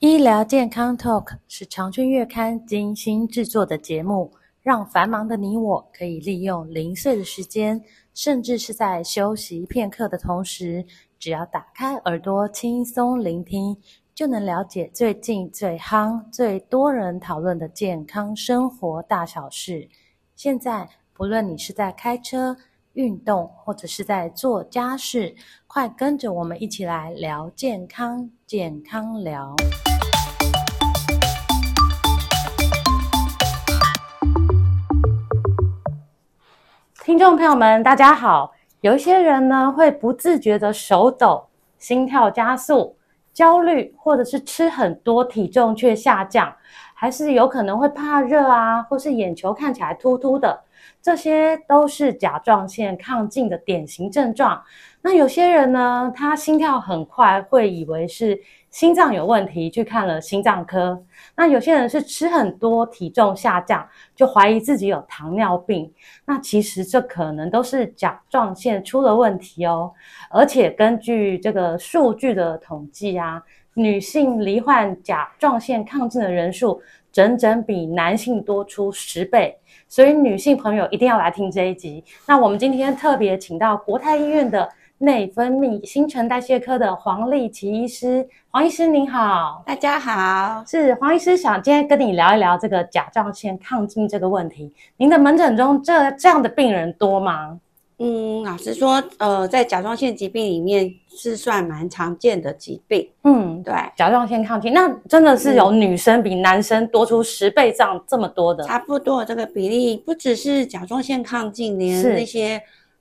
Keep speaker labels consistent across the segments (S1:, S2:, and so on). S1: 医疗健康 Talk 是长春月刊精心制作的节目，让繁忙的你我可以利用零碎的时间，甚至是在休息片刻的同时，只要打开耳朵轻松聆听，就能了解最近最夯、最多人讨论的健康生活大小事。现在，不论你是在开车、运动，或者是在做家事，快跟着我们一起来聊健康，健康聊。听众朋友们，大家好。有一些人呢会不自觉的手抖、心跳加速、焦虑，或者是吃很多体重却下降，还是有可能会怕热啊，或是眼球看起来突突的，这些都是甲状腺亢进的典型症状。那有些人呢，他心跳很快，会以为是心脏有问题，去看了心脏科。那有些人是吃很多，体重下降，就怀疑自己有糖尿病。那其实这可能都是甲状腺出了问题哦。而且根据这个数据的统计啊，女性罹患甲状腺亢进的人数整整比男性多出十倍。所以女性朋友一定要来听这一集。那我们今天特别请到国泰医院的内分泌新陈代谢科的黄丽琪医师，黄医师您好，
S2: 大家好，
S1: 是黄医师想今天跟你聊一聊这个甲状腺亢进这个问题。您的门诊中这这样的病人多吗？
S2: 嗯，老实说，呃，在甲状腺疾病里面是算蛮常见的疾病，
S1: 嗯，
S2: 对，
S1: 甲状腺亢进，那真的是有女生比男生多出十倍这样这么多的，
S2: 差不多这个比例，不只是甲状腺亢进，连
S1: 是
S2: 那些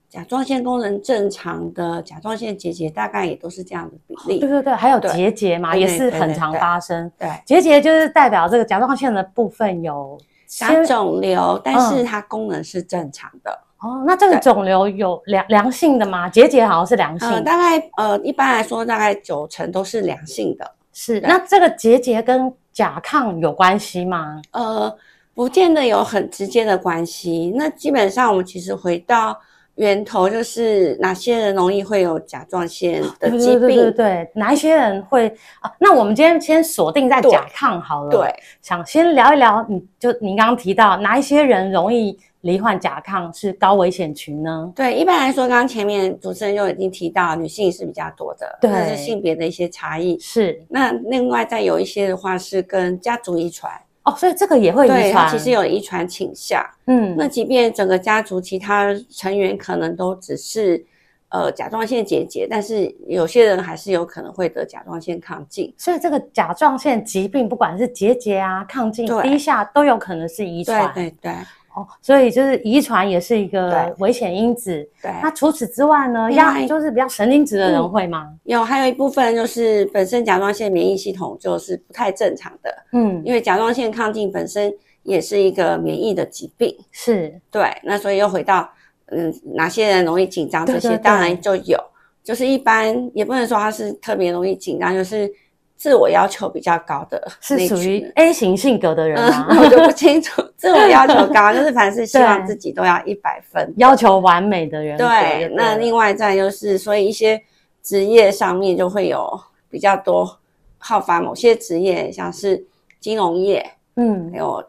S2: 甲状腺功能正常的甲状腺结节，大概也都是这样的比例，
S1: 对对对，还有
S2: 对
S1: 结节嘛，
S2: 对
S1: 也
S2: 对
S1: 是
S2: 对
S1: 很
S2: 对
S1: 常
S2: 对
S1: 发生。
S2: 对，
S1: 结节就是代表这个甲状腺的部分有
S2: 长
S1: 先
S2: 肿瘤，但是
S1: 嗯
S2: 它功能是正常的，
S1: 哦，那这个
S2: 对
S1: 肿瘤有良良性的吗？结节好像是良性
S2: 呃，
S1: 的，
S2: 大概呃，一般来说大概九成都是良性的，
S1: 是。那这个结节跟甲亢有关系吗？
S2: 呃，不见得有很直接的关系。那基本上我们其实回到源头，就是哪些人容易会有甲状腺的
S1: 对
S2: 疾
S1: 对对对
S2: 病？
S1: 对，哪一些人会啊？那我们今天先锁定在
S2: 对
S1: 甲亢好了。，
S2: 对，
S1: 想先聊一聊，你就您刚刚提到哪一些人容易罹患甲亢是高危险群呢？
S2: 对，一般来说，刚刚前面主持人就已经提到，女性是比较多的，这
S1: 对
S2: 是性别的一些差异。
S1: 是
S2: 那另外再有一些的话是跟家族遗传，
S1: 哦，所以这个也会
S2: 对，
S1: 遗
S2: 它
S1: 传。
S2: 其实有遗传倾向。
S1: 嗯，
S2: 那即便整个家族其他成员可能都只是呃甲状腺结节，但是有些人还是有可能会得甲状腺亢进。
S1: 所以这个甲状腺疾病，不管是结节啊、亢进、
S2: 对
S1: 低下，都有可能是遗
S2: 对
S1: 传。
S2: 对对
S1: 哦，所以就是遗传也是一个
S2: 对
S1: 危险因子。
S2: 对，
S1: 那除此之外呢，
S2: 另
S1: 压
S2: 外
S1: 就是比较神经质的人
S2: 嗯
S1: 会吗？
S2: 有还有一部分就是本身甲状腺免疫系统就是不太正常的，
S1: 嗯，
S2: 因为甲状腺亢进本身也是一个免疫的疾病。
S1: 是
S2: 对，那所以又回到嗯哪些人容易紧张，
S1: 对
S2: 这
S1: 对对
S2: 些当然就有，就是一般也不能说他是特别容易紧张，就是自我要求比较高的那
S1: 是
S2: 一
S1: 属于
S2: 群
S1: A 型性格的人 吗？
S2: 嗯，我就不清楚。自我要求 高，就是凡事希望自己都要一百分。
S1: 要求完美的人格就对
S2: 对
S1: 了。，
S2: 那另外再就是，所以一些职业上面就会有比较多好发某些职业，像是金融业，
S1: 嗯
S2: 还有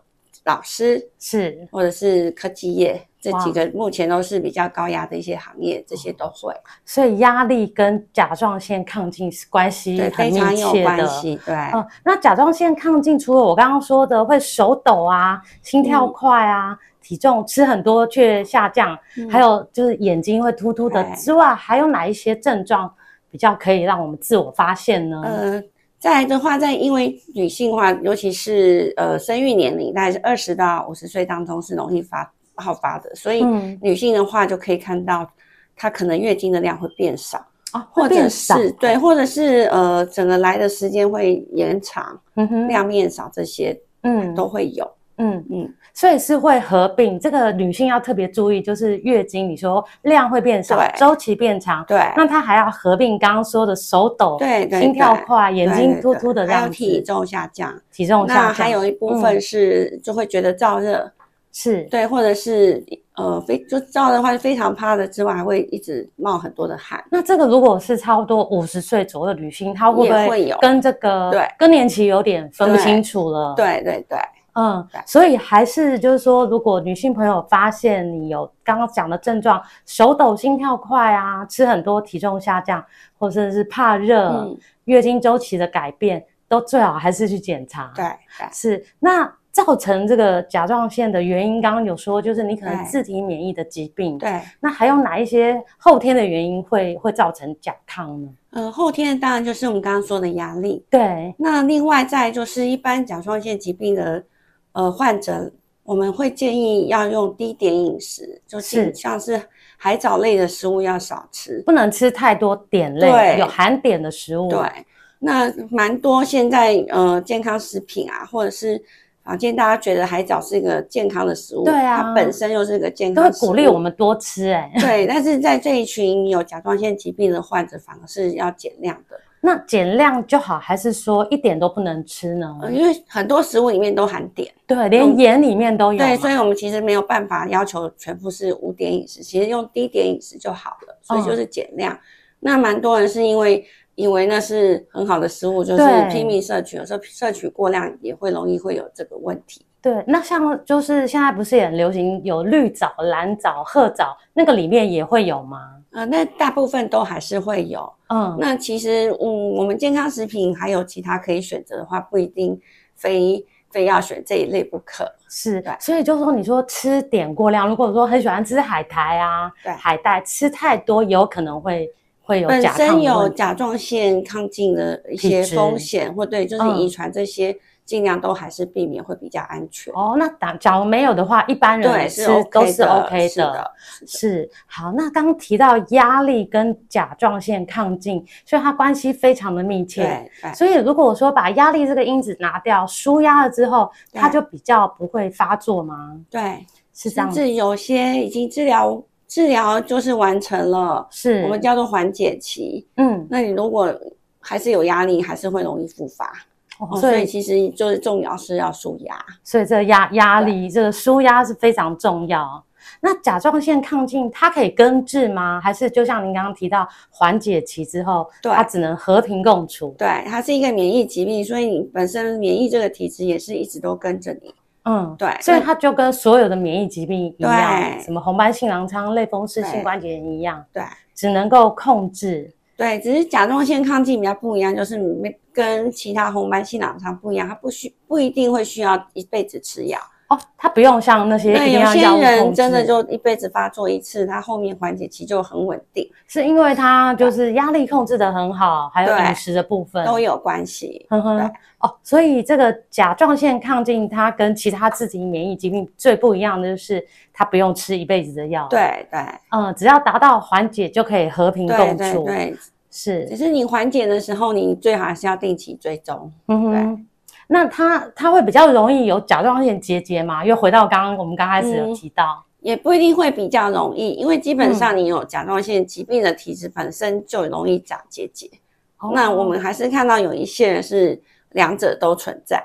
S2: 老师
S1: 是
S2: 或者是科技业这
S1: 哇
S2: 几个，目前都是比较高压的一些行业，这些都会
S1: 所以压力跟甲状腺亢进是关系
S2: 对
S1: 很
S2: 非
S1: 密
S2: 常有
S1: 切
S2: 关
S1: 的。
S2: 系。对，
S1: 嗯，那甲状腺亢进除了我刚刚说的会手抖啊、心跳
S2: 嗯
S1: 快啊、体重吃很多却下降，
S2: 嗯
S1: 还有就是眼睛会突突的
S2: 对
S1: 之外，还有哪一些症状比较可以让我们自我发现呢？
S2: 呃，再来的话，在因为女性化，尤其是呃生育年龄，大概是二十到五十岁当中是容易发好发的，所以
S1: 嗯
S2: 女性的话就可以看到，她可能月经的量会变少，
S1: 啊，
S2: 哦或
S1: 会变
S2: 者
S1: 少
S2: 是对，或者是呃整个来的时间会延长，
S1: 嗯哼，
S2: 量变少，这些
S1: 嗯
S2: 都会有。
S1: 嗯嗯
S2: 嗯，
S1: 所以是会合并。这个女性要特别注意，就是月经，你说量会变少，
S2: 对
S1: 周期变长，
S2: 对，
S1: 那她还要合并刚刚说的手抖、
S2: 对对
S1: 心跳
S2: 对
S1: 快、眼
S2: 对
S1: 睛
S2: 对
S1: 突
S2: 对
S1: 突的这
S2: 还有
S1: 样
S2: 体
S1: 子，
S2: 重下降，
S1: 体重下
S2: 那
S1: 降
S2: 还有一部
S1: 嗯
S2: 分是就会觉得燥热，
S1: 是
S2: 对，或者是呃非就照的话非常趴的之外，还会一直冒很多的汗。
S1: 那这个如果是差不多五十岁左右的女性，她会不
S2: 也会
S1: 会
S2: 有
S1: 跟这个
S2: 对
S1: 更年期有点分不
S2: 对
S1: 清楚了？，
S2: 对对对，
S1: 嗯
S2: 对，
S1: 所以还是就是说，如果女性朋友发现你有刚刚讲的症状，手抖、心跳快啊，吃很多、体重下降，或者是怕热、
S2: 嗯，
S1: 月经周期的改变，都最好还是去检查。
S2: 对，对
S1: 是那。造成这个甲状腺的原因，刚刚有说，就是你可能
S2: 对
S1: 自体免疫的疾病。
S2: 对。
S1: 那还有哪一些后天的原因会会造成甲亢呢？
S2: 嗯、后天当然就是我们刚刚说的压力。
S1: 对，
S2: 那另外再就是一般甲状腺疾病的呃患者，我们会建议要用低碘饮食，就是
S1: 是
S2: 像是海藻类的食物要少吃。
S1: 不能吃太多碘类
S2: 对
S1: 有含碘的食物。
S2: 对，那蛮多现在呃健康食品啊，或者是啊，现在大家觉得海藻是一个健康的食物，
S1: 对啊
S2: 它本身又是一个健
S1: 都
S2: 康
S1: 会
S2: 食物，
S1: 鼓励我。们多吃、欸。哎，
S2: 对，但是在这一群有甲状腺疾病的患者，反而是要减量的，
S1: 那减量就好，还是说一点都不能吃呢？
S2: 呃因为很多食物里面都含碘，
S1: 对，连盐里面都有嘛。
S2: 对，所以我们其实没有办法要求全部是无碘饮食，其实用低碘饮食就好了，所以
S1: 嗯
S2: 就是减量。那蛮多人是因为以为那是很好的食物，就是
S1: 对
S2: 拼命摄取，有时候摄取过量也会容易会有这个问题。
S1: 对，那像就是现在不是也很流行有绿藻、蓝藻、褐藻，那个里面也会有吗？
S2: 呃，那大部分都还是会有。
S1: 嗯，
S2: 那其实，嗯，我们健康食品还有其他可以选择的话，不一定非非要选这一类不可。
S1: 是
S2: 对，
S1: 所以就说你说吃点过量，如果说很喜欢吃海苔啊、
S2: 对
S1: 海带，吃太多有可能会会有
S2: 本
S1: 甲亢
S2: 身
S1: 的
S2: 有
S1: 问题
S2: 甲状腺亢进的一些
S1: 体质
S2: 风险，或对，就是
S1: 嗯
S2: 遗传这些，尽量都还是避免会比较安全。
S1: 哦。那假假如没有的话，一般人
S2: 对，
S1: 吃
S2: 是 OK
S1: 都是
S2: 的
S1: OK
S2: 是的，
S1: 是好，那刚刚提到压力跟甲状腺亢进，所以它关系非常的密切。
S2: 对哎对
S1: 所以如果说把压力这个因子拿掉，舒压了之后，
S2: 对
S1: 它就比较不会发作吗？
S2: 对，
S1: 是这
S2: 甚
S1: 样子？
S2: 至有些已经治疗治疗就是完成了，
S1: 是，
S2: 我们叫做缓解期。
S1: 嗯，
S2: 那你如果还是有压力，还是会容易复发。
S1: 哦
S2: 哦，
S1: 所
S2: 所以
S1: 以
S2: 其实就是重要是要舒压。
S1: 所以这个压压力，这个舒压是非常重要。那甲状腺亢进它可以根治吗？还是就像您刚刚提到，缓解期之后，
S2: 对
S1: 它只能和平共处？
S2: 对，它是一个免疫疾病，所以你本身免疫这个体质也是一直都跟着你。
S1: 嗯，
S2: 对，
S1: 所以
S2: 那
S1: 它就跟所有的免疫疾病一样，
S2: 对
S1: 什么红斑性狼疮、类风湿
S2: 对
S1: 性关节炎一样，
S2: 对
S1: 只能够控制。
S2: 对，只是甲状腺亢进比较不一样，就是你没跟其他红斑性狼疮不一样，它不需不一定会需要一辈子吃药。
S1: 哦，它不用像那些一
S2: 对，
S1: 定
S2: 有
S1: 要
S2: 些
S1: 药物控
S2: 人
S1: 制，
S2: 真的就一辈子发作一次，他后面缓解期就很稳定，
S1: 是因为它就是压力控制的很好，还有
S2: 对
S1: 饮食的部分
S2: 都。有关系。
S1: 呵呵
S2: 对
S1: 哦，所以这个甲状腺亢进，它跟其他自体免疫疾病最不一样的就是，它不用吃一辈子的药，，
S2: 对对
S1: 嗯、只要达到缓解就可以和平
S2: 对
S1: 共
S2: 对
S1: 处，
S2: 对，
S1: 是
S2: 只，是你缓解的时候，你最好还是要定期追踪。
S1: 嗯哼，那它它会比较容易有甲状腺结节吗？又回到刚刚我们刚开始有
S2: 嗯
S1: 提到，
S2: 也不一定会比较容易，因为基本
S1: 嗯
S2: 上你有甲状腺疾病的体质本身就容易长结节。
S1: 哦
S2: 那我们还是看到有一些人是两者都存在，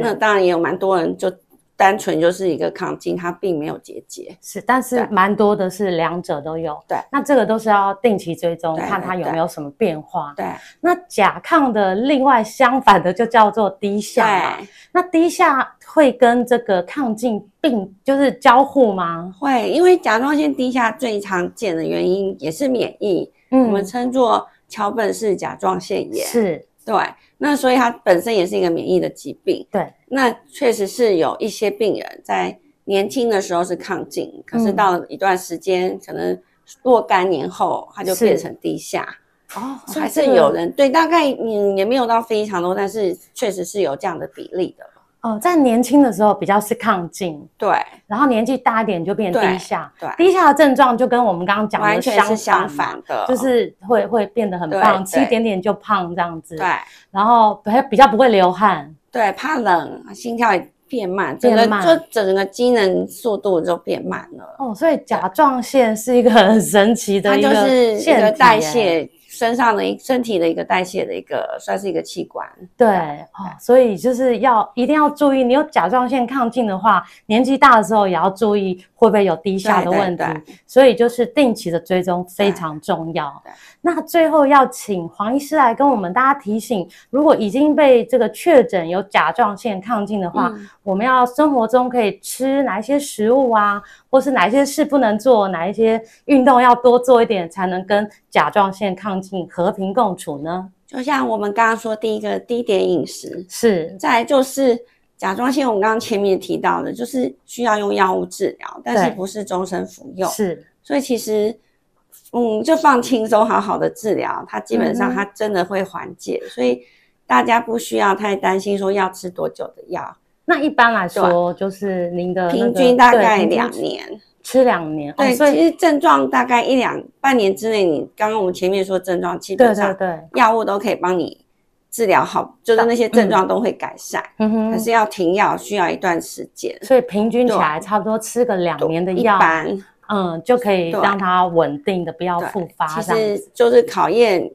S2: 那
S1: 是
S2: 当然也有蛮多人就单纯就是一个亢进，它并没有结节。
S1: 是，但是
S2: 对
S1: 蛮多的是两者都有，
S2: 对，
S1: 那这个都是要定期追踪，
S2: 对
S1: 看它有没有什么变化。
S2: 对
S1: 那甲亢的另外相反的就叫做低下嘛，
S2: 对，
S1: 那低下会跟这个亢进并就是交互吗？
S2: 会因为甲状腺低下最常见的原因也是免疫，我们称作桥本氏甲状腺
S1: 嗯
S2: 炎。
S1: 是，
S2: 对，那所以它本身也是一个免疫的疾病。
S1: 对，
S2: 那确实是有一些病人在年轻的时候是亢进，可是
S1: 嗯
S2: 到了一段时间，可能若干年后，它就是变成低下，
S1: 哦，所以
S2: 还
S1: 这
S2: 是
S1: 个
S2: 有人对，大概嗯也没有到非常多，但是确实是有这样的比例的。
S1: 哦，在年轻的时候比较是亢进，
S2: 对
S1: 然后年纪大一点就变低下，
S2: 对，
S1: 低下的症状就跟我们刚刚讲
S2: 完
S1: 的
S2: 全
S1: 相
S2: 是相
S1: 反嘛，
S2: 反的，
S1: 就是会会变得很
S2: 对
S1: 胖，
S2: 对
S1: 吃一点点就胖这样子，
S2: 对
S1: 然后比较比较不会流汗，
S2: 对，怕冷，心跳也变慢，整个
S1: 变慢
S2: 就整个机能速度就变慢了。
S1: 哦，所以甲状腺是一个很神奇的
S2: 它
S1: 一
S2: 就
S1: 个
S2: 是一
S1: 腺
S2: 个
S1: 体
S2: 代
S1: 耶，
S2: 谢身上的一身体的一个代谢的一个算是一个器官。
S1: 对哦，所以就是要一定要注意，你有甲状腺亢进的话，年纪大的时候也要注意会不会有低下的
S2: 对对
S1: 问题。
S2: 对
S1: 所以就是定期的追踪非常重要
S2: 对对。
S1: 那最后要请黄医师来跟我们大家提醒，如果已经被这个确诊有甲状腺亢进的话，
S2: 嗯
S1: 我们要生活中可以吃哪一些食物啊，或是哪一些事不能做，哪一些运动要多做一点，才能跟甲状腺亢进和平共处呢？
S2: 就像我们刚刚说，第一个低点饮食，
S1: 是，
S2: 再来就是甲状腺，我们刚刚前面提到的，就是需要用药物治疗，但是
S1: 对
S2: 不是终身服用。
S1: 是，
S2: 所以其实，嗯，就放轻松，好好的治疗，它基本
S1: 嗯
S2: 上
S1: 哼
S2: 它真的会缓解，所以大家不需要太担心说要吃多久的药，
S1: 那一般来说，就是您呃的、那个
S2: 啊平均大
S1: 对
S2: 概
S1: 平均
S2: 两年。
S1: 吃两年，
S2: 对，
S1: 哦、所以
S2: 其实症状大概一两半年之内，你刚刚我们前面说症状，基
S1: 对
S2: 本
S1: 对
S2: 上
S1: 对，
S2: 药物都可以帮你治疗好，就是那些症状都会改善，
S1: 嗯
S2: 可
S1: 哼，
S2: 是要停药需要一段时间，
S1: 所以平均起来差不多吃个两年的
S2: 一
S1: 药，
S2: 般
S1: 嗯，就可以
S2: 对
S1: 让它稳定的不要复发
S2: 其
S1: 这样
S2: 实
S1: 子。
S2: 就是考验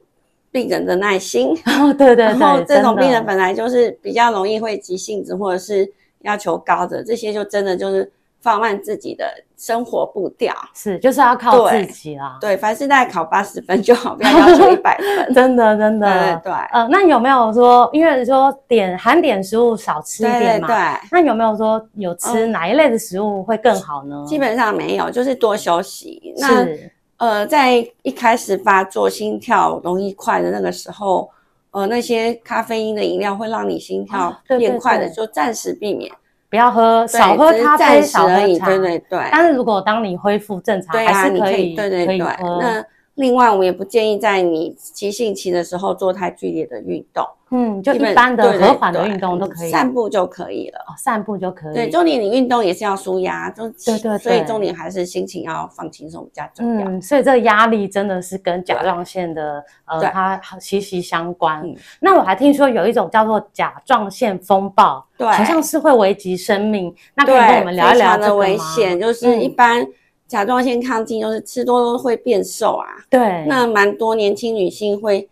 S2: 病人的耐心。
S1: 哦，对 对
S2: 然后
S1: 对，
S2: 这种病人
S1: 真的
S2: 本来就是比较容易会急性子，或者是要求高的，这些就真的就是放慢自己的生活步调。
S1: 是就是要靠自
S2: 对
S1: 己啦，
S2: 对，凡事大概考八十分就好，不要 要求一百分。
S1: 真的真
S2: 对对
S1: 的。
S2: 对
S1: 呃，那有没有说，因为说点含碘食物少吃一
S2: 对
S1: 点
S2: 对
S1: 嘛？
S2: 对，
S1: 那有没有说有吃哪一类的食物会更好呢？
S2: 基本上没有，就是多休息。那
S1: 是
S2: 呃，在一开始发作心跳容易快的那个时候，呃，那些咖啡因的饮料会让你心跳
S1: 啊对对
S2: 变快的，
S1: 对
S2: 就暂时避免，
S1: 不要喝，
S2: 对
S1: 少喝
S2: 只是
S1: 咖啡，
S2: 暂时
S1: 少
S2: 而
S1: 喝
S2: 已。
S1: 茶。
S2: 对对对。
S1: 但是如果当你恢复正常，
S2: 对啊，
S1: 还是
S2: 你
S1: 可
S2: 可
S1: 以，
S2: 对对
S1: 可
S2: 对。
S1: 以喝。
S2: 那另外，我们也不建议在你急性期的时候做太剧烈的运动，
S1: 嗯，就
S2: 基
S1: 一
S2: 本
S1: 般的
S2: 对对
S1: 和缓的
S2: 对
S1: 运动都可以，
S2: 散步就可以了。
S1: 哦散步就可以。
S2: 对，重点你运动也是要舒压，就
S1: 对对
S2: 所以
S1: 对
S2: 重点还是心情要放轻松比较重要。
S1: 嗯，所以这个压力真的是跟甲状腺的呃，
S2: 对
S1: 它息息相关
S2: 嗯。
S1: 那我还听说有一种叫做甲状腺风暴，
S2: 对，
S1: 好像是会危及生命。那可以
S2: 对，
S1: 跟我们聊一
S2: 非
S1: 聊
S2: 常
S1: 这
S2: 的
S1: 个
S2: 危
S1: 吗？
S2: 险，就是一
S1: 嗯
S2: 般甲状腺亢进，就是吃多了会变瘦啊。
S1: 对，
S2: 那蛮多年轻女性会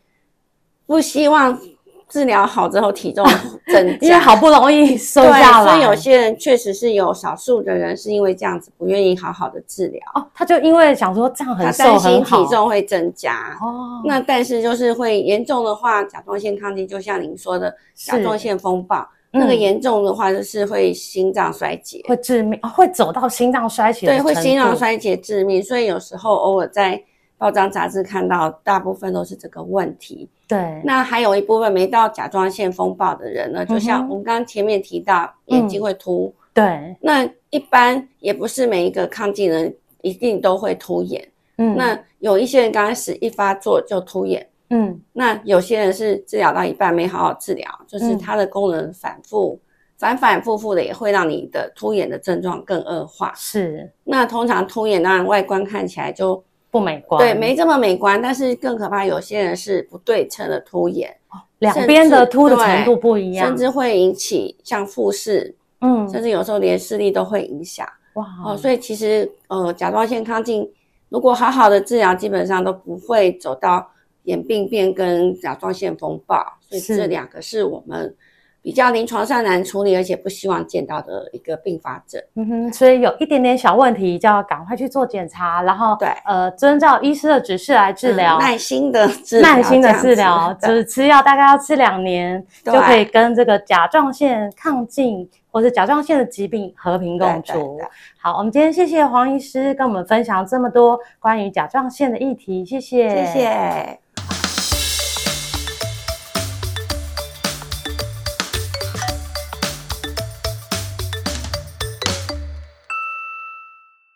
S2: 不希望治疗好之后体重增
S1: 因为
S2: 加，
S1: 好不容易瘦
S2: 对，
S1: 下
S2: 所以有
S1: 来，
S2: 些人确实是有少数的人是因为这样子不愿意好好的治疗，
S1: 哦，他就因为想说这样
S2: 他
S1: 很
S2: 担
S1: 瘦
S2: 心
S1: 很好
S2: 体重会增加。
S1: 哦，
S2: 那但是就是会严重的话，甲状腺亢进就像您说的甲
S1: 是
S2: 状腺风暴，那个
S1: 嗯
S2: 严重的话就是会心脏衰竭，
S1: 会致命，哦会走到心脏衰竭的
S2: 对，会
S1: 程
S2: 心脏
S1: 度
S2: 衰竭致命。所以有时候偶尔在报章杂志看到，大部分都是这个问题。
S1: 对，
S2: 那还有一部分没到甲状腺风暴的人呢，就
S1: 嗯
S2: 像
S1: 哼嗯
S2: 我们刚刚前面提到，眼睛会凸。
S1: 对，
S2: 那一般也不是每一个亢进人一定都会突眼，
S1: 嗯，
S2: 那有一些人刚开始一发作就突眼，
S1: 嗯
S2: 那有些人是治疗到一半没好好治疗，就是
S1: 嗯
S2: 它的功能反复、反反复复的，也会让你的突眼的症状更恶化。
S1: 是
S2: 那通常突眼当然外观看起来就
S1: 不美观，
S2: 对没这么美观，但是更可怕，有些人是不对称的突眼，
S1: 两
S2: 甚
S1: 边的
S2: 至
S1: 凸的
S2: 对
S1: 程度不一样，
S2: 甚至会引起像复视，
S1: 嗯
S2: 甚至有时候连视力都会影响。
S1: 哇
S2: 哦，所以其实呃，甲状腺亢进如果好好的治疗，基本上都不会走到眼病变跟甲状腺风暴，所以
S1: 是
S2: 这两个是我们比较临床上难处理，而且不希望见到的一个并发症。
S1: 嗯哼，所以有一点点小问题就要赶快去做检查，然后
S2: 对
S1: 呃遵照医师的指示来治
S2: 嗯
S1: 疗。
S2: 耐心的治疗，
S1: 耐心的治疗，
S2: 这
S1: 就
S2: 样子
S1: 是吃药大概要吃两年，就
S2: 对
S1: 可以跟这个甲状腺亢进或者甲状腺的疾病和平
S2: 对
S1: 共
S2: 对对
S1: 处
S2: 对。
S1: 好，我们今天谢谢黄医师跟我们分享这么多关于甲状腺的议题，谢谢，
S2: 对谢谢。